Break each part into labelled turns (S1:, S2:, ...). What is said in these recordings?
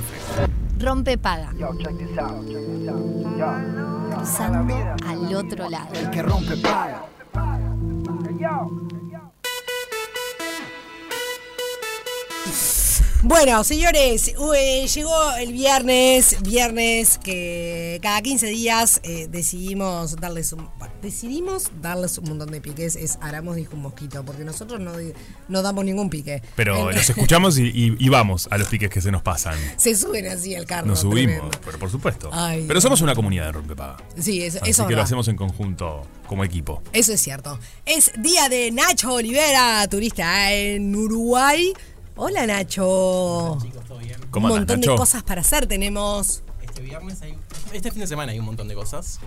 S1: Perfecto.
S2: Rompe paga. Cruzando al otro lado.
S3: El que rompe paga.
S4: Bueno, señores, u- eh, llegó el viernes, viernes que cada 15 días eh, decidimos darles un bueno, decidimos darles un montón de piques, es Aramos dijo un mosquito, porque nosotros no, di- no damos ningún pique.
S1: Pero
S4: Eh,
S1: los escuchamos y, y- y vamos a los piques que se nos pasan.
S4: se suben así el carro.
S1: Nos subimos,
S4: Ah, tremendo.
S1: pero por supuesto.
S4: Ay,
S1: pero somos una comunidad de rompepaga.
S4: Sí, es-
S1: Así
S4: eso es
S1: que lo
S4: verdad.
S1: hacemos en conjunto, como equipo.
S4: Eso es cierto. Es día de Nacho Olivera, turista en Uruguay. Hola Nacho. Un
S1: ¿Cómo
S4: montón
S1: andás,
S4: de
S1: Nacho?
S4: cosas para hacer tenemos.
S5: Este viernes hay. Este fin de semana hay un montón de cosas.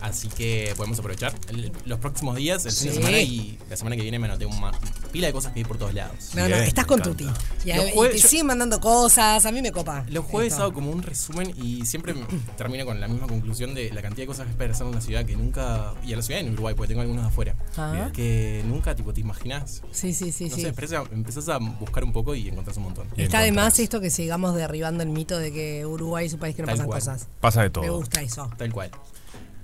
S5: Así que podemos aprovechar el- los próximos días, el fin de
S4: Sí.
S5: semana y la semana que viene me anoté una pila de cosas que hay por todos lados.
S4: No, no,
S1: Bien,
S4: estás
S1: me
S4: con Tuti.
S1: encanta.
S4: Y,
S5: Los
S4: a- y
S5: jueves-
S4: te
S5: yo-
S4: siguen mandando cosas, a mí me copa.
S5: Los jueves
S4: Esto.
S5: hago como un resumen y siempre me- termino con la misma conclusión de la cantidad de cosas que hay para hacer en la ciudad que nunca. Y a la ciudad en Uruguay, porque tengo algunos de afuera.
S4: Ah.
S5: Que nunca tipo te imaginas.
S4: Sí, sí, sí,
S5: No
S4: sí.
S5: sé, empezás a- empezás a buscar un poco y encontrás un montón.
S1: Y
S4: Está de
S1: encontrás.
S4: más esto que sigamos derribando el mito de que Uruguay es un país que no
S5: Tal
S4: pasan
S5: cual.
S4: cosas.
S1: Pasa de
S4: Me
S1: todo.
S4: gusta eso.
S5: Tal cual.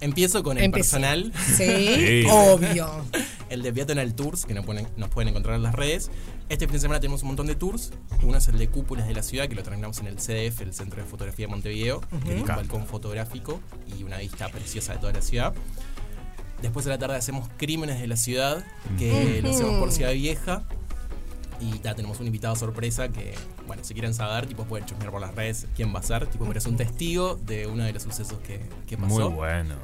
S5: Empiezo con el
S4: Empecé.
S5: personal.
S4: Sí,
S1: Sí.
S4: obvio.
S5: el de Peatonal Tours, que nos pueden, nos pueden encontrar en las redes. Este fin de semana tenemos un montón de tours. Uno es el de Cúpulas de la Ciudad, que lo terminamos en el CDF, el Centro de Fotografía de Montevideo, que tiene un
S1: Encanta.
S5: balcón fotográfico y una vista preciosa de toda la ciudad. Después de la tarde hacemos Crímenes de la Ciudad, que lo hacemos por Ciudad Vieja. Y ya tenemos un invitado sorpresa que, bueno, si quieren saber, tipo pueden chusmear por las redes quién va a ser, tipo, pero es un testigo de uno de los sucesos que, que pasó.
S1: Muy bueno.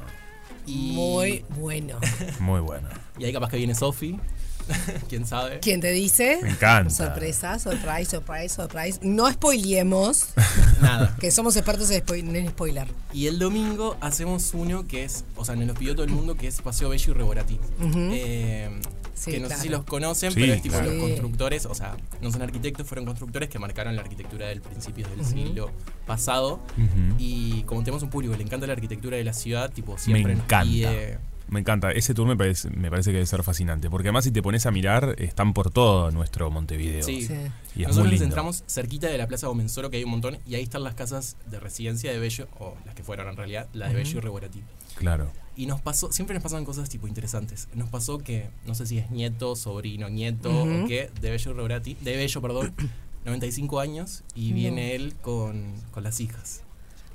S5: Y,
S4: Muy bueno.
S1: Muy bueno.
S5: y ahí capaz que viene Sofi, quién sabe.
S4: ¿Quién te dice?
S1: Me encanta.
S4: Sorpresa, surprise, surprise, surprise. No spoileemos,
S5: Nada.
S4: que somos expertos en, spoil- en spoiler.
S5: Y el domingo hacemos uno que es, o sea, nos los pidió todo el mundo, que es Paseo Bello y Reboratí. Eh,
S4: Sí,
S5: que no
S4: claro.
S5: sé si los conocen,
S1: Sí,
S5: pero es tipo
S1: claro.
S5: los
S4: Sí.
S5: constructores, o sea, no son arquitectos, fueron constructores que marcaron la arquitectura del principio del siglo pasado.
S1: Ujú.
S5: Y como tenemos un público, que le encanta la arquitectura de la ciudad, tipo siempre nos
S1: encanta.
S5: pide-
S1: Me encanta. Ese tour me parece, me parece que debe ser fascinante. Porque además, si te pones a mirar, están por todo nuestro Montevideo.
S5: Sí.
S1: Y es
S4: Sí.
S1: muy
S5: Nosotros nos
S1: lindo.
S5: entramos cerquita de la Plaza Gomenzoro, que hay un montón, y ahí están las casas de residencia de Bello, o las que fueron en realidad, las de Bello y Reboratí.
S1: Claro.
S5: Y nos pasó, siempre nos pasan cosas tipo interesantes. Nos pasó que, no sé si es nieto, sobrino, nieto o qué, de Bello Rebrati, de Bello, perdón, 95 años y viene él con, con las hijas.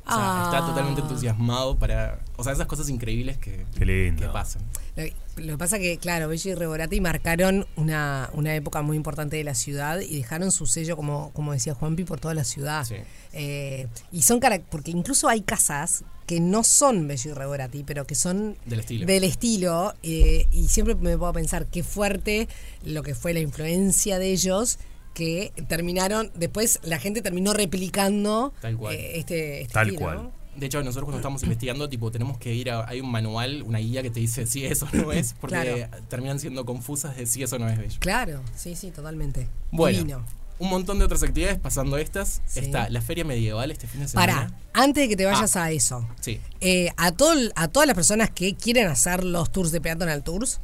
S5: O sea,
S4: Ah.
S5: está totalmente entusiasmado para. O sea, esas cosas increíbles que,
S1: Qué lindo.
S5: que pasan.
S4: Lo, lo que pasa que, claro, Bello y Reborati marcaron una, una época muy importante de la ciudad y dejaron su sello, como, como decía Juanpi, por toda la ciudad.
S5: Sí.
S4: Eh, y son carac- porque incluso hay casas que no son Bello y Reborati, pero que son
S5: Del estilo.
S4: del estilo, eh, y siempre me puedo pensar qué fuerte lo que fue la influencia de ellos que terminaron, después la gente terminó replicando
S5: Tal cual.
S4: eh, este, este
S1: Tal
S4: estilo,
S1: cual.
S4: ¿no?
S5: De hecho, nosotros cuando estamos investigando, tipo, tenemos que ir a. Hay un manual, una guía que te dice si eso no es, porque terminan siendo confusas de si eso no es bello.
S4: Claro, sí, sí, totalmente.
S5: Bueno,
S4: Divino.
S5: un montón de otras actividades pasando estas.
S4: Sí.
S5: Está la Feria Medieval este fin de semana.
S4: Pará, antes de que te vayas
S1: Ah.
S4: a eso,
S5: Sí.
S4: eh, a, todo, el- a todas las personas que quieren hacer los tours de Peatonal Tours,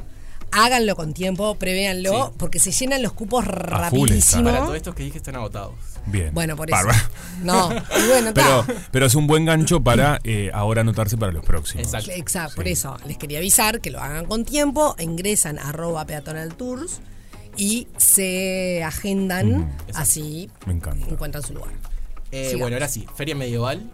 S4: háganlo con tiempo, prevéanlo,
S5: Sí.
S4: porque se llenan los cupos
S1: A full está.
S4: rapidísimo.
S5: Para todos estos que dije están agotados.
S1: Bien.
S4: Bueno, por eso.
S1: Bárbaro.
S4: No, y bueno,
S1: Pero,
S4: ta.
S1: pero es un buen gancho para eh, ahora anotarse para los próximos.
S5: Exacto.
S4: Exacto, por
S1: Sí.
S4: eso les quería avisar que lo hagan con tiempo, ingresan arroba peatonal tours y se agendan así
S1: Mm, Me encanta.
S4: encuentran su lugar.
S5: Eh,
S4: Sigamos.
S5: bueno, ahora sí, Feria Medieval.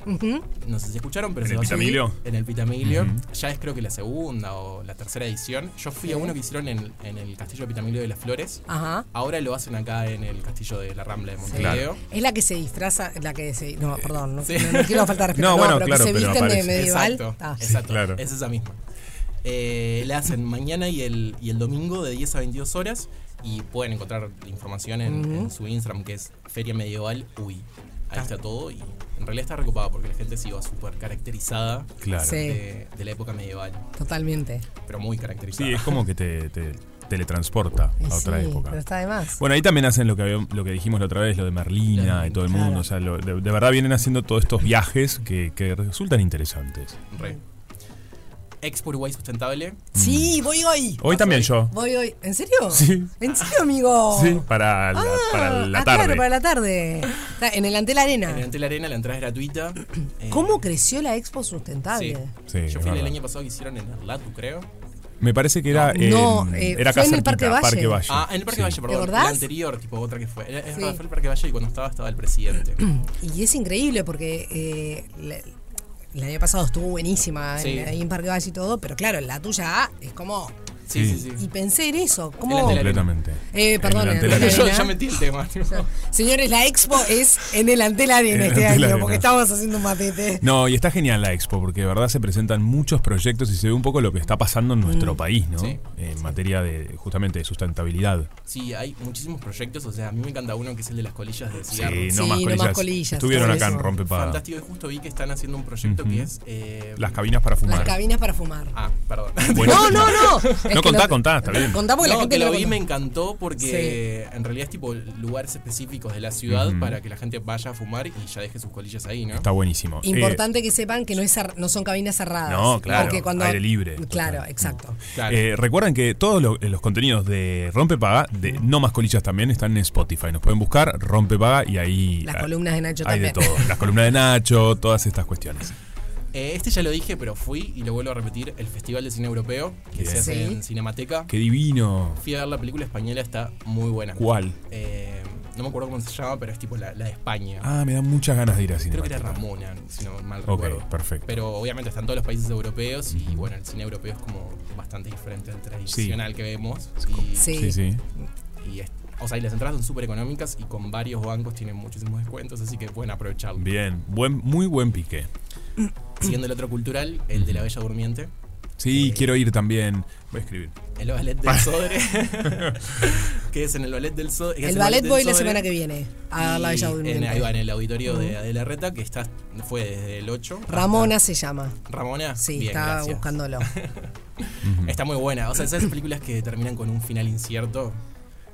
S5: No sé si escucharon, pero
S1: ¿En
S5: se
S1: el
S5: va a hacer
S1: Pitamilio?
S5: En el Pitamilio. Ya es creo que la segunda o la tercera edición. Yo fui a uno que hicieron en, en el Castillo Pitamilio de las Flores.
S4: Ajá.
S5: Ahora lo hacen acá en el Castillo de la Rambla de Montevideo.
S4: Es la que se disfraza, la que se. No, perdón, no,
S5: sí.
S4: no- no quiero faltar respeto.
S1: Eh, No, bueno,
S4: pero
S1: claro,
S4: que se
S1: pero
S4: visten de
S1: aparece.
S4: medieval. Ah,
S5: Exacto,
S4: ta.
S5: exacto.
S1: claro.
S5: Es esa misma. Eh, la hacen mañana y el, y el domingo de 10 a 22 horas y pueden encontrar información en, en su Instagram que es Feria Medieval UI. Ahí
S4: Ah.
S5: está todo y en realidad está recopada porque la gente se iba súper caracterizada
S1: Claro.
S4: Sí.
S5: de, de la época medieval,
S4: Totalmente.
S5: pero muy caracterizada.
S1: Sí, es como que te, te teletransporta
S4: Y
S1: a otra
S4: Eh, sí,
S1: época.
S4: Pero está de más.
S1: Bueno, ahí también hacen lo que, habíamos- lo que dijimos la otra vez, lo de Merlina y todo el
S4: Claro.
S1: mundo. O sea, lo- de, de verdad vienen haciendo todos estos viajes que, que resultan interesantes.
S5: Re. Expo Uruguay Sustentable.
S4: Sí, voy hoy.
S1: Hoy también yo.
S4: Voy hoy. ¿En serio?
S1: Sí.
S4: ¿En serio, amigo?
S1: Sí, para la,
S4: Ah,
S1: para la
S4: ah,
S1: tarde.
S4: claro, para la tarde. Está en el Antel Arena.
S5: En el Ante la Arena la entrada es gratuita. Eh,
S4: Ah. ¿Cómo Ah, creció la Expo
S5: Sí.
S4: Sustentable?
S1: Sí, es
S5: Yo fui el
S1: verdad.
S5: año pasado que hicieron en Arlatu, creo.
S1: Me parece que era.
S4: No,
S1: en-
S4: eh,
S1: era acá
S4: fue en el
S1: cerquita,
S4: Parque Valle.
S5: Ah, en el Parque
S1: Sí.
S5: Valle, perdón.
S4: acordás?
S5: La anterior, tipo otra que fue. Era- Es
S4: Sí.
S5: verdad, fue el Parque Valle y cuando estaba estaba el presidente.
S4: Y es increíble porque eh, la- el año pasado estuvo buenísima en-
S5: Sí.
S4: ahí en Parque Valle y todo, pero claro, la tuya es como.
S5: Sí,
S1: Sí.
S5: sí, sí.
S4: Y pensé en eso.
S5: El
S4: ¿Cómo?
S5: Antel Arena.
S1: Completamente.
S4: Eh, perdón,
S1: En el
S4: en el
S1: Antel
S4: Antel
S5: Yo
S1: Arena.
S5: ya metí el tema. tipo.
S4: Señores, la Expo es en el Antel Arena
S1: En el
S4: este
S1: Antel
S4: año,
S1: Arena.
S4: porque estamos haciendo un matete.
S1: No, y está genial la expo, porque de verdad se presentan muchos proyectos y se ve un poco lo que está pasando en
S4: Mm.
S1: nuestro país, ¿no?
S5: Sí.
S1: En materia de justamente de sustentabilidad.
S5: Sí, hay muchísimos proyectos. O sea, a mí me encanta uno que es el de las colillas de
S1: Sí,
S5: cigarro.
S1: no, más,
S4: Sí, no más
S1: colillas.
S4: colillas,
S1: Estuvieron
S4: todo
S1: acá en
S4: eso.
S1: Rompepaga.
S5: Fantástico. Y justo vi que están haciendo un proyecto que es. eh,
S1: Las cabinas para fumar.
S4: Las cabinas para fumar.
S5: Ah, perdón.
S1: Bueno,
S4: No, no, no. Es que
S1: no contá,
S4: lo-
S1: contá, está bien.
S4: Contá porque
S5: No,
S4: la gente
S5: que
S4: no
S5: lo
S4: lo
S5: vi me
S4: conoce.
S5: encantó porque en realidad es tipo lugares específicos de la ciudad para que la gente vaya a fumar y ya deje sus colillas ahí, ¿no?
S1: Está buenísimo. Eh,
S4: Importante que sepan que no, es cer- no son cabinas cerradas.
S1: No, claro,
S4: Porque cuando,
S1: aire libre,
S4: Claro,
S1: total.
S4: exacto.
S5: Claro.
S1: eh, recuerden que todos lo- eh, los contenidos de Rompepaga, de No Más Colillas también, están en Spotify. Nos pueden buscar Rompepaga y ahí.
S4: Las
S1: ah,
S4: columnas de Nacho
S1: Hay de
S4: también.
S1: todo. Las columnas de Nacho, todas estas cuestiones.
S5: Eh, este ya lo dije, pero fui y lo vuelvo a repetir, el Festival de Cine Europeo, que se
S1: Bien.
S5: hace
S4: Sí.
S5: en Cinemateca.
S1: Qué divino.
S5: Fui a ver la película española, está muy buena.
S1: ¿Cuál?
S5: Eh, no me acuerdo cómo se llama, pero es tipo la, la de España.
S1: Ah, me dan muchas ganas de ir a
S5: Creo que era
S1: Cinemateca.
S5: Ramona, si no mal
S1: Ok,
S5: recuerdo.
S1: perfecto.
S5: Pero obviamente están todos los países europeos y bueno, el cine europeo es como bastante diferente al tradicional que vemos. Y,
S4: Sí.
S1: Sí, sí.
S5: y es- o sea, y las entradas son súper económicas y con varios bancos tienen muchísimos descuentos, así que pueden aprovecharlo.
S1: Bien. Buen, muy buen pique.
S5: Siguiendo el otro cultural, el de la Bella Durmiente,
S1: Sí, quiero ir también. Voy a escribir.
S5: el ballet del Sodre, que es en el ballet del Sodre. que es
S4: El ballet
S5: del
S4: voy la
S5: Sodre.
S4: semana que viene a la
S5: Y
S4: Bella
S5: en, ahí va, en
S4: Durmiente.
S5: el auditorio de Adela Reta, que está, fue desde el 8. hasta-
S4: Ramona se llama.
S5: Ramona,
S4: Sí,
S5: Bien,
S4: estaba
S5: gracias.
S4: buscándolo.
S5: Está muy buena. O sea, esas películas que terminan con un final incierto.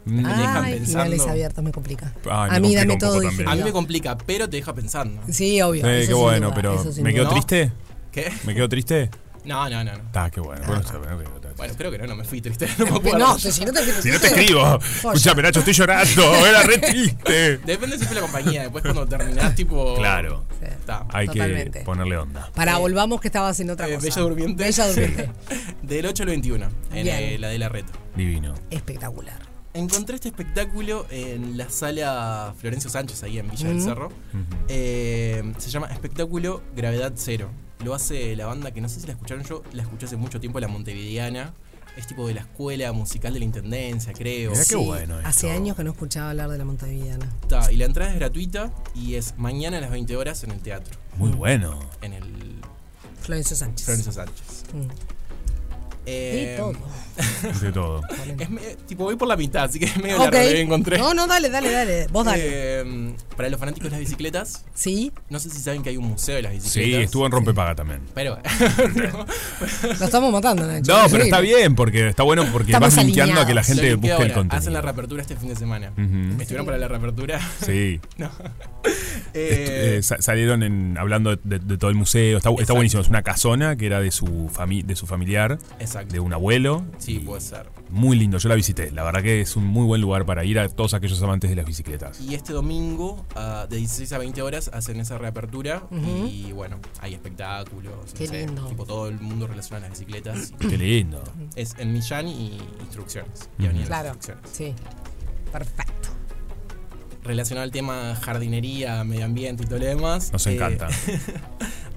S1: Mm,
S5: Ah. dejan
S4: Ay,
S5: pensando.
S4: finales abiertos me complica.
S1: Ay, Ah, me
S4: a mí
S1: complica
S4: dame
S1: un poco
S4: todo
S1: también.
S5: A mí me
S4: digerido.
S5: complica, pero te deja pensando.
S4: Sí, obvio.
S1: Sí,
S4: eso
S1: qué
S4: sin
S1: bueno,
S4: duda,
S1: pero
S4: eso sin
S1: ¿me quedo
S4: duda.
S5: duda.
S1: triste?
S5: ¿Qué?
S1: ¿Me quedo triste?
S5: No, no, no. no.
S1: Está, Ah, qué bueno.
S4: Ah.
S1: Bueno, está bien, está bien.
S5: Bueno, creo que no, no me fui triste. No, me acuerdo.
S4: No, si no te
S1: Si no te escribo. Escuchame, Nacho, estoy llorando. Era re triste.
S5: Depende siempre de la compañía. Después cuando terminás, tipo.
S1: Claro.
S5: Está.
S1: Hay
S4: Totalmente.
S1: que ponerle onda.
S4: Para, volvamos que estabas en otra
S5: Eh,
S4: cosa.
S5: Bella Durmiente.
S4: Bella Durmiente.
S5: Del 8 al 21, en
S4: Bien.
S5: eh, la de la reta.
S1: Divino.
S4: Espectacular.
S5: Encontré este espectáculo en la sala Florencio Sánchez, ahí en Villa del Cerro. Eh, se llama Espectáculo Gravedad Cero. Lo hace la banda que no sé si la escucharon yo, la escuché hace mucho tiempo, la Montevideana. Es tipo de la escuela musical de la Intendencia, creo.
S1: Mirá qué bueno
S4: Hace
S1: esto.
S4: años que no escuchaba hablar de la Montevideana.
S5: Está, y la entrada es gratuita y es mañana a las 20 horas en el teatro,
S1: Muy bueno.
S5: en el
S4: Florencio Sánchez.
S5: Florencio Sánchez.
S4: Mm.
S5: Eh,
S4: De todo.
S1: De todo.
S5: Es me- tipo, voy por la mitad, así que es medio
S4: Ok.
S5: la encontré.
S4: No, no, dale, dale, dale. Vos dale.
S5: Eh, para los fanáticos de las bicicletas,
S4: Sí,
S5: no sé si saben que hay un museo de las
S1: Sí,
S5: bicicletas.
S1: estuvo en Rompepaga también.
S5: Pero,
S4: lo estamos matando, Nacho.
S1: No, pero
S4: Horrible.
S1: está bien, porque está bueno porque
S4: Estamos
S1: vas linkeando a
S4: alineados.
S1: que la gente
S5: Lo linké
S1: busque el
S5: ahora. Hacen la
S1: contenido.
S5: reapertura este fin de semana.
S1: Ujú.
S5: ¿Estuvieron para la reapertura?
S1: Sí.
S5: no.
S1: Estu-
S5: Eh,
S1: eh, sa- salieron en- hablando de, de todo el museo. Está, está
S5: Exacto.
S1: buenísimo. Es una casona que era de su, fami- de su familiar,
S5: exacto.
S1: de un abuelo.
S5: Sí,
S1: Y
S5: puede ser.
S1: Muy lindo. Yo la visité. La verdad que es un muy buen lugar para ir a todos aquellos amantes de las bicicletas.
S5: Y este domingo, ah, de 16 a 20 horas, hacen esa reapertura. Y bueno, hay espectáculos.
S4: Qué lindo.
S5: Tipo, todo el mundo relaciona las bicicletas.
S1: Qué lindo.
S5: es en Millán y instrucciones. Y Avenida de las
S4: Claro.
S5: Instrucciones.
S4: Sí. Perfecto.
S5: Relacionado al tema jardinería, medio ambiente y todo lo demás.
S1: Nos
S5: eh,
S1: encanta.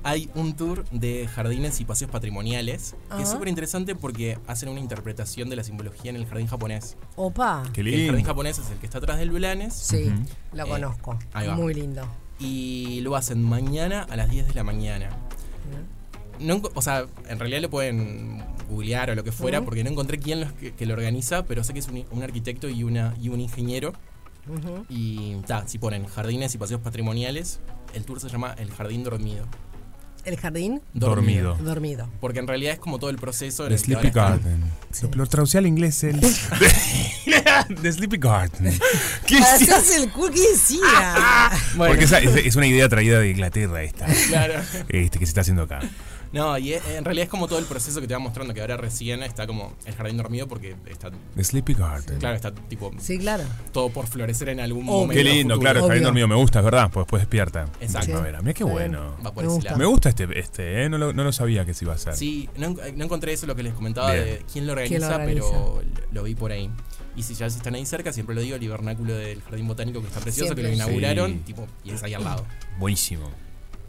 S5: Hay un tour de jardines y paseos patrimoniales. Que es
S4: Ajá.
S5: súper interesante porque hacen una interpretación de la simbología en el jardín japonés.
S4: Opa.
S1: Qué
S5: El jardín
S1: lindo.
S5: japonés es el que está atrás del Bulanes
S4: Sí,
S1: Ujú.
S4: lo
S5: Eh,
S4: conozco.
S5: ahí va.
S4: Muy lindo.
S5: y lo hacen mañana a las 10 de la mañana. No, enco- o sea, en realidad lo pueden googlear o lo que fuera, porque no encontré quién los que, que lo organiza, pero sé que es un, un arquitecto y, una, y un ingeniero.
S4: Ujú.
S5: Y ta, si ponen jardines y paseos patrimoniales, el tour se llama El Jardín Dormido.
S4: El jardín
S1: Dormido.
S4: dormido.
S5: Porque en realidad es como todo el proceso. en
S1: The
S5: el que
S1: Sleepy
S5: ahora están-
S1: Garden. Lo, lo traducí al inglés. El... The Sleepy Garden. ¿Qué es
S4: Así hace el cu- ¿Qué decía?
S5: Bueno,
S1: Porque esa- es, es una idea traída de Inglaterra esta.
S5: claro.
S1: Este, que se está haciendo acá.
S5: No, y es- en realidad es como todo el proceso que te va mostrando, que ahora recién está como el jardín dormido porque está,
S1: The Sleepy Garden.
S5: claro, está tipo
S4: Sí, claro.
S5: todo por florecer en algún
S4: Obvio.
S5: momento.
S1: Qué lindo,
S5: futuro.
S1: claro, el jardín
S4: Obvio.
S1: dormido me gusta, es verdad, pues después despierta.
S5: Exacto.
S1: Primavera. Mira qué
S4: Está
S1: bueno.
S5: Va por
S4: Me
S5: ese
S4: gusta.
S5: lado.
S1: Me gusta este, este eh, no, lo, no lo sabía que se iba a hacer.
S5: Sí, no, en- no encontré eso lo que les comentaba
S1: Bien.
S5: de quién lo organiza,
S4: ¿Quién lo organiza?
S5: pero lo, lo vi por ahí. Y si ya si están ahí cerca, siempre lo digo, el hibernáculo del Jardín Botánico que está precioso, que lo
S4: Siempre.
S5: inauguraron,
S1: Sí.
S5: tipo, y es ahí al lado.
S1: Buenísimo.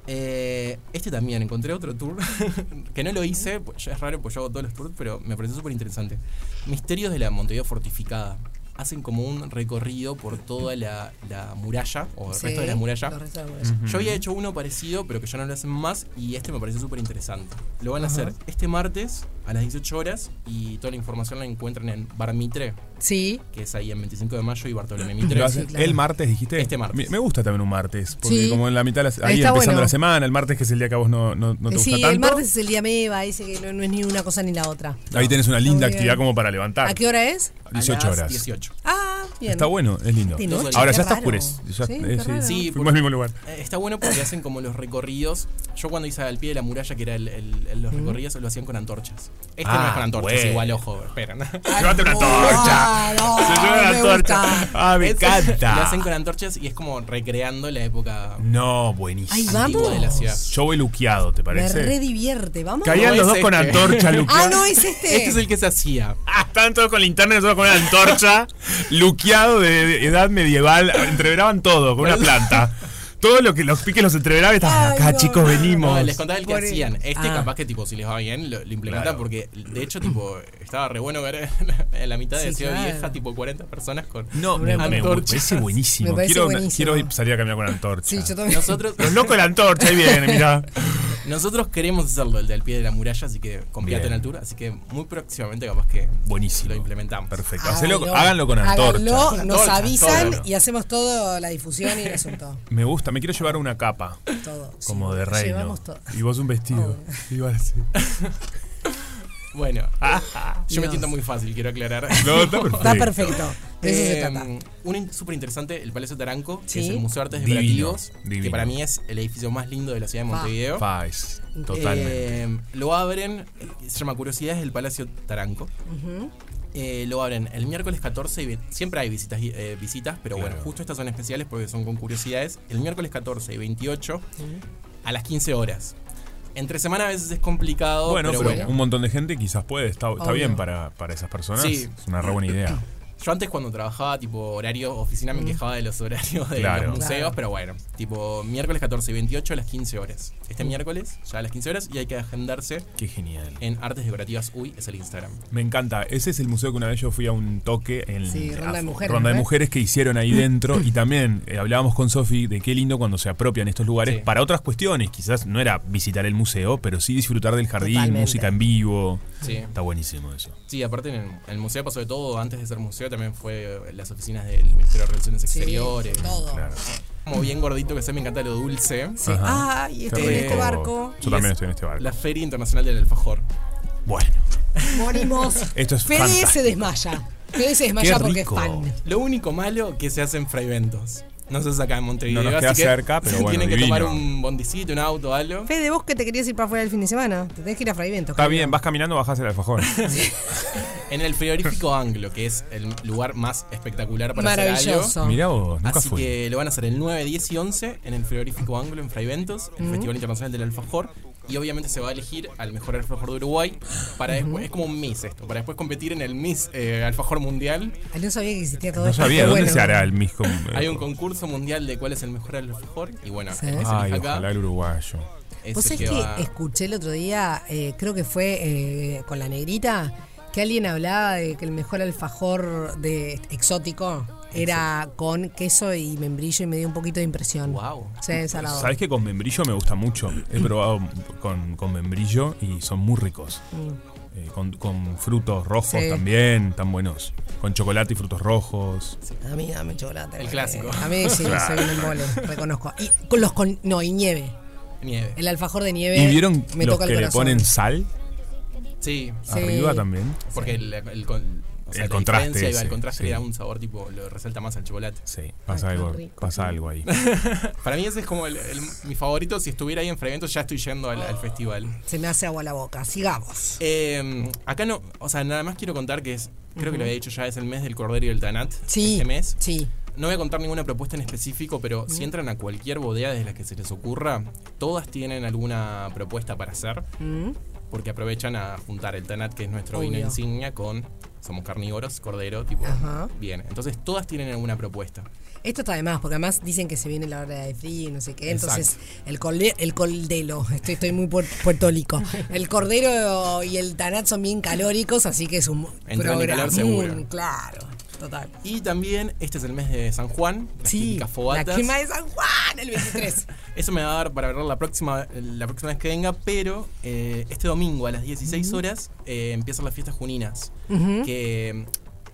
S5: Eh, este también, encontré otro tour que no lo hice, pues ya es raro, pues yo hago todos los tours, pero me pareció súper interesante. Misterios de la Montevideo Fortificada. Hacen como un recorrido por toda la, la muralla, o el
S4: Sí,
S5: resto de la muralla.
S4: los restos de la muralla.
S5: Yo había hecho uno parecido, pero que ya no lo hacen más, y este me pareció súper interesante. Lo van a hacer este martes a las 18 horas, y toda la información la encuentran en Bar Mitre,
S4: Sí.
S5: que es ahí en 25 de mayo y Bartolomé
S1: Lo
S5: Mitre.
S1: hace-
S4: claro.
S1: El martes dijiste.
S5: Este martes.
S1: Me- Me gusta también un martes, porque
S4: Sí.
S1: como en la mitad, de la- ahí
S4: Está
S1: empezando
S4: bueno.
S1: la semana, el martes que es el día que a vos no, no, no te
S4: Eh, sí,
S1: gusta tanto.
S4: el martes es el día meba, dice que no, no es ni una cosa ni la otra.
S1: Ahí tenés una linda
S4: Está muy
S1: actividad
S4: bien.
S1: como para levantar.
S4: ¿A qué hora es?
S5: A
S1: 18
S5: las
S1: horas.
S5: 18.
S4: Ah, bien.
S1: Está bueno, es lindo.
S4: De noche,
S1: Ahora
S4: qué
S1: ya está
S4: raro.
S1: oscurez. Ya,
S4: Sí,
S1: eh,
S4: qué raro.
S5: Sí,
S1: fuimos al mismo lugar.
S5: Eh, Está bueno porque hacen como los recorridos. Yo cuando hice al pie de la muralla, que era el- el- el- los recorridos, lo hacían con antorchas. Este no
S1: Ah,
S5: es con antorchas,
S1: bueno. Ah,
S5: igual, ojo, esperen.
S1: Llévate una
S4: Ah,
S1: torcha.
S4: no,
S1: Se lleva
S4: me
S1: una torcha.
S4: gusta.
S1: Ah, me
S5: Este Lo
S1: encanta.
S5: hacen con antorchas y es como recreando la época
S1: No, buenísimo.
S4: Ahí
S5: antigua de la
S4: vamos.
S5: ciudad.
S1: Yo voy luqueado, ¿te
S4: Me
S1: parece?
S4: redivierte, vamos.
S1: Caían
S5: No
S1: los dos
S5: es
S1: con
S5: este.
S1: antorcha, luqueados.
S4: Ah, no, es este.
S5: Este es el que se hacía.
S1: Ah, estaban todos con linterna y nosotros con una antorcha, luqueado de, de edad medieval, entreveraban todo con una planta. Todo lo que los piques los entreveraban, estaban
S4: Ay,
S1: acá,
S4: no,
S1: chicos,
S4: no, no.
S1: venimos.
S5: No, les contaba el que
S4: Por el-
S5: hacían. Este
S4: Ah.
S5: capaz que tipo si les va bien lo, lo implementan
S1: Claro.
S5: porque de hecho tipo estaba re bueno ver en la mitad de la
S4: Sí,
S5: ciudad
S4: claro.
S5: vieja tipo 40 personas con
S1: No, me, me- me
S5: antorchas.
S1: parece buenísimo.
S4: Me parece
S1: quiero,
S4: buenísimo.
S1: quiero ir- salir a caminar con antorcha.
S4: Sí, yo también.
S5: Nosotros
S1: Los locos de la antorcha, ahí viene, mirá.
S5: Nosotros queremos hacerlo, el del pie de la muralla, así que con
S1: Bien.
S5: Piato en altura, así que muy próximamente capaz que
S1: Buenísimo.
S5: lo implementamos.
S1: Perfecto.
S4: Hágalo.
S1: Hacelo- háganlo con antorcha.
S4: Háganlo, nos
S5: antorcha,
S4: avisan
S5: todo.
S4: y hacemos todo la difusión y el asunto.
S1: Me gusta, me quiero llevar una capa.
S4: Todo.
S1: Como
S4: Sí,
S1: de reino.
S4: Llevamos todo.
S1: Y vos un vestido. Igual así.
S5: Bueno, yo me
S4: Dios.
S5: entiendo muy fácil, quiero aclarar.
S1: No, está perfecto.
S4: Está perfecto. De eso se
S5: Eh,
S4: trata.
S5: Un in- súper interesante, el Palacio Taranco,
S4: Sí.
S5: que es el Museo de Artes
S1: Divino,
S5: Decorativos,
S1: divino.
S5: que para mí es el edificio más lindo de la ciudad de
S4: Pa.
S5: Montevideo.
S1: Paz, totalmente.
S5: Eh, lo abren, eh, se llama Curiosidades del Palacio Taranco. Eh, lo abren el miércoles 14 y ve- siempre hay visitas, y- eh, visitas pero
S1: Claro.
S5: bueno, justo estas son especiales porque son con curiosidades. El miércoles 14 y 28 a las 15 horas. Entre semana a veces es complicado,
S1: Bueno, pero,
S5: pero, bueno.
S1: un montón de gente quizás puede, está, está
S4: Oh, Obvio.
S1: bien para, para esas personas.
S5: Sí.
S1: Es una re buena idea.
S5: Yo antes cuando trabajaba tipo horario oficina me quejaba de los horarios de
S1: Claro.
S5: los museos,
S4: Mm. Claro.
S5: pero bueno, tipo miércoles 14 y 28 a las 15 horas.
S4: Mm.
S5: Este miércoles ya a las 15 horas y hay que agendarse
S1: Qué genial.
S4: Eh.
S5: en Artes Decorativas Uy, es el Instagram.
S1: Me encanta. Ese es el museo que una vez yo fui a un toque en
S4: Sí, Ronda de
S1: a-
S4: Mujeres,
S1: Ronda de
S4: ¿no?
S1: Mujeres que hicieron ahí dentro. y también eh, hablábamos con Sofi de qué lindo cuando se apropian estos lugares
S5: Sí.
S1: para otras cuestiones. Quizás no era visitar el museo, pero sí disfrutar del jardín,
S4: Totalmente.
S1: música en vivo.
S5: Sí.
S1: Está buenísimo eso.
S5: Sí, aparte en el, en el museo pasó de todo. Antes de ser museo también fue eh, las oficinas del Ministerio de Relaciones
S4: Sí,
S5: Exteriores.
S4: todo.
S1: Claro.
S5: Como bien gordito que sea, me encanta lo dulce.
S4: Sí.
S1: Ajá.
S4: Ah, y
S1: Qué
S4: estoy en este
S1: rico.
S4: barco.
S1: Yo
S5: Y
S1: también
S5: es-
S1: estoy en este barco.
S5: La Feria Internacional del Alfajor.
S1: Bueno,
S4: Morimos.
S1: Esto es
S4: Fede
S1: fantástico.
S4: se desmaya. Fede se desmaya
S1: Qué
S4: porque es
S1: rico.
S4: fan.
S5: Lo único malo que se hacen fraiventos. No se saca en Montevideo.
S1: No nos queda
S5: así que
S1: cerca, pero bueno,
S5: Tienen que tomar
S1: divino.
S5: un bondicito, un auto, algo.
S4: Fede, vos que te querías ir para afuera el fin de semana. Te tenés que ir a Fraiventos.
S1: está
S4: creo.
S1: bien, vas caminando, bajás el alfajor.
S5: En el frigorífico Anglo, que es el lugar más espectacular para hacer algo.
S4: Maravilloso.
S1: Mirá vos, nunca
S5: Así
S1: fui.
S5: que lo van a hacer el 9, 10 y 11 en el frigorífico Anglo en Fraiventos, el
S4: Mm.
S5: Festival Internacional del Alfajor. Y obviamente se va a elegir al mejor alfajor de Uruguay. Para después, es como un Miss esto, para después competir en el Miss eh, Alfajor Mundial.
S4: Ay, No sabía que existía todo
S1: No
S4: esto.
S1: sabía,
S4: qué
S1: ¿dónde
S4: bueno.
S1: se hará el mismo?
S5: Hay un concurso mundial de cuál es el mejor alfajor. Y bueno,
S4: Sí.
S5: el que se
S1: Ay,
S5: elija
S1: ojalá
S5: acá
S1: el uruguayo.
S5: es
S4: Vos
S5: el
S4: sabés
S5: que
S4: que
S5: va.
S4: escuché el otro día, eh, creo que fue eh, con la negrita, que alguien hablaba de que el mejor alfajor de exótico era con queso y membrillo y me dio un poquito de impresión.
S5: Guau.
S4: Sí, salado.
S1: Sabes que con membrillo me gusta mucho. He
S4: Mm.
S1: probado con, con membrillo y son muy ricos. Eh, con, con frutos rojos
S4: Mm. Sí.
S1: también, tan buenos. Con chocolate y frutos rojos.
S4: A mí dame chocolate.
S5: El
S4: porque
S5: clásico.
S4: A mí sí, soy un embole, reconozco. Y con los con, no, y nieve.
S5: Nieve.
S4: El alfajor de nieve
S1: ¿Y vieron
S4: me
S1: los
S4: toca
S1: que
S4: el
S1: le
S4: corazón.
S1: ponen sal
S5: Sí,
S1: arriba también?
S5: porque el, el con- O sea,
S1: El
S5: la
S1: contraste
S5: diferencia iba-
S1: ese,
S5: el contraste
S1: sí.
S5: era un sabor tipo, lo resalta más al chocolate.
S1: Sí, pasa
S4: Ay, Ah, qué
S1: algo,
S4: rico.
S1: pasa algo ahí.
S5: Para mí ese es como el- el- mi favorito. Si estuviera ahí en Fragmentos ya estoy yendo al, al festival.
S4: Se me hace agua la boca. Sigamos.
S5: Eh, acá no, o sea, nada más quiero contar que es, creo que lo había dicho ya, es el mes del Cordero y el Tanat.
S4: Sí.
S5: Este mes.
S4: Sí.
S5: No voy a contar ninguna propuesta en específico, pero si entran a cualquier bodega de las que se les ocurra, todas tienen alguna propuesta para hacer,
S4: Mm.
S5: porque aprovechan a juntar el Tanat, que es nuestro vino
S4: Obvio.
S5: insignia, con somos carnívoros, cordero, tipo.
S4: Ajá.
S5: Bien, entonces todas tienen alguna propuesta.
S4: Esto está de más, porque además dicen que se viene la hora de frío y no sé qué.
S5: Exacto.
S4: Entonces, el, colde- el coldelo, estoy, estoy muy puer- puertólico. El cordero y el tanat son bien calóricos, así que es un
S5: Entran en calor
S4: programón,
S5: seguro.
S4: Claro, total.
S5: Y también este es el mes de San Juan, las
S4: Sí,
S5: típicas
S4: la
S5: fogatas.
S4: quema de San Juan, el 23.
S5: Eso me va a dar para hablar la próxima, la próxima vez que venga, pero eh, este domingo a las 16 horas eh, empiezan las fiestas juninas. Que,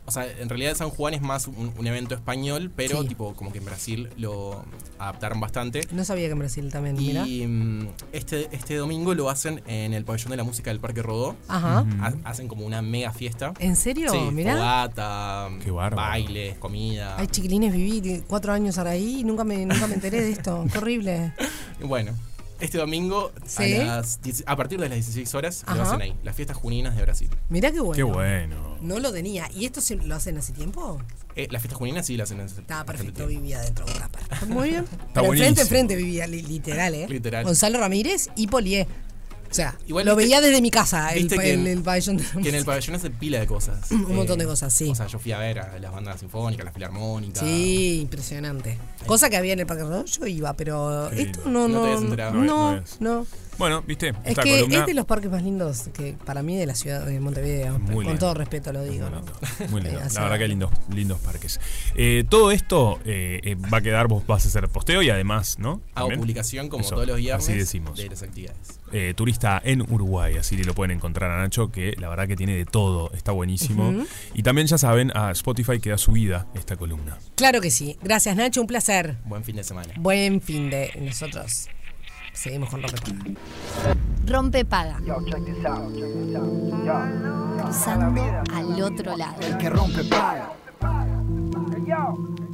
S5: o sea, en realidad San Juan es más un, un evento español, pero
S4: Sí.
S5: tipo como que en Brasil lo adaptaron bastante.
S4: no sabía que en Brasil también, mira.
S5: Y mm, este, este domingo lo hacen en el pabellón de la música del Parque Rodó.
S4: Ajá.
S1: Mm.
S5: Ha- hacen como una mega fiesta.
S4: Ah. ¿En serio?
S5: Sí,
S4: Mirá.
S5: fogata,
S1: Qué bárbaro.
S5: bailes, comida.
S4: Ay, chiquilines, viví de- cuatro años ahora ahí y nunca me, nunca me enteré de esto. Qué horrible.
S5: Bueno, este domingo
S4: Sí.
S5: a, las 10 a partir de las 16 horas
S4: Ajá.
S5: lo hacen ahí, las fiestas juninas de Brasil.
S4: Mirá qué bueno.
S1: Qué bueno.
S4: No lo tenía. ¿Y esto se- lo hacen hace tiempo?
S5: Eh, las fiestas juninas sí las hacen en
S4: Estaba
S5: bastante
S4: perfecto,
S5: tiempo.
S4: vivía dentro de un tupper. Muy bien.
S1: Está
S4: Pero enfrente
S1: buenísimo.
S4: a frente vivía, li- literal, ¿eh?
S5: Literal.
S4: Gonzalo Ramírez y Polié. O sea,
S5: Igual
S4: lo
S5: viste-
S4: veía desde mi casa, el,
S5: viste
S4: pa-
S5: que
S4: el,
S5: en-
S4: el pabellón de la
S5: Que en el
S4: música.
S5: pabellón hacen pila de cosas. Eh,
S4: Un montón de cosas, sí.
S5: O sea, yo fui a ver a las bandas sinfónicas, las filarmónicas.
S4: Sí, impresionante. Cosa que había en el Parque Rodó, yo iba, pero
S1: Qué
S4: esto
S1: lindo.
S4: no,
S5: No te
S4: no.
S5: habías enterado.
S1: No es,
S4: No,
S1: no es.
S4: no.
S1: Bueno, viste,
S4: Es
S1: esta
S4: que
S1: columna.
S4: es de los parques más lindos que para mí de la ciudad de Montevideo.
S1: Muy
S4: Con
S1: lindo.
S4: todo respeto lo digo,
S1: Muy
S4: ¿no?
S1: lindo, muy lindo.
S4: Eh, o
S1: La
S4: sea,
S1: verdad que lindos, lindos parques. Eh, todo esto eh, eh, va a quedar, vos vas a hacer posteo y además, ¿no?
S5: Hago
S1: También.
S5: publicación como
S1: Eso,
S5: todos los viernes
S1: Así decimos.
S5: de las actividades.
S1: Eh, turista en Uruguay, así lo pueden encontrar a Nacho, que la verdad que tiene de todo, está buenísimo. Y también ya saben, a Spotify queda subida esta columna.
S4: Claro que sí. Gracias, Nacho, un placer.
S5: Buen fin de semana.
S4: Buen fin de nosotros. Seguimos con Rompe Paga.
S2: Rompe paga.
S3: Yo, check this out, check this out. Yo,
S2: Cruzando al otro lado.
S3: el que rompe paga. Yo,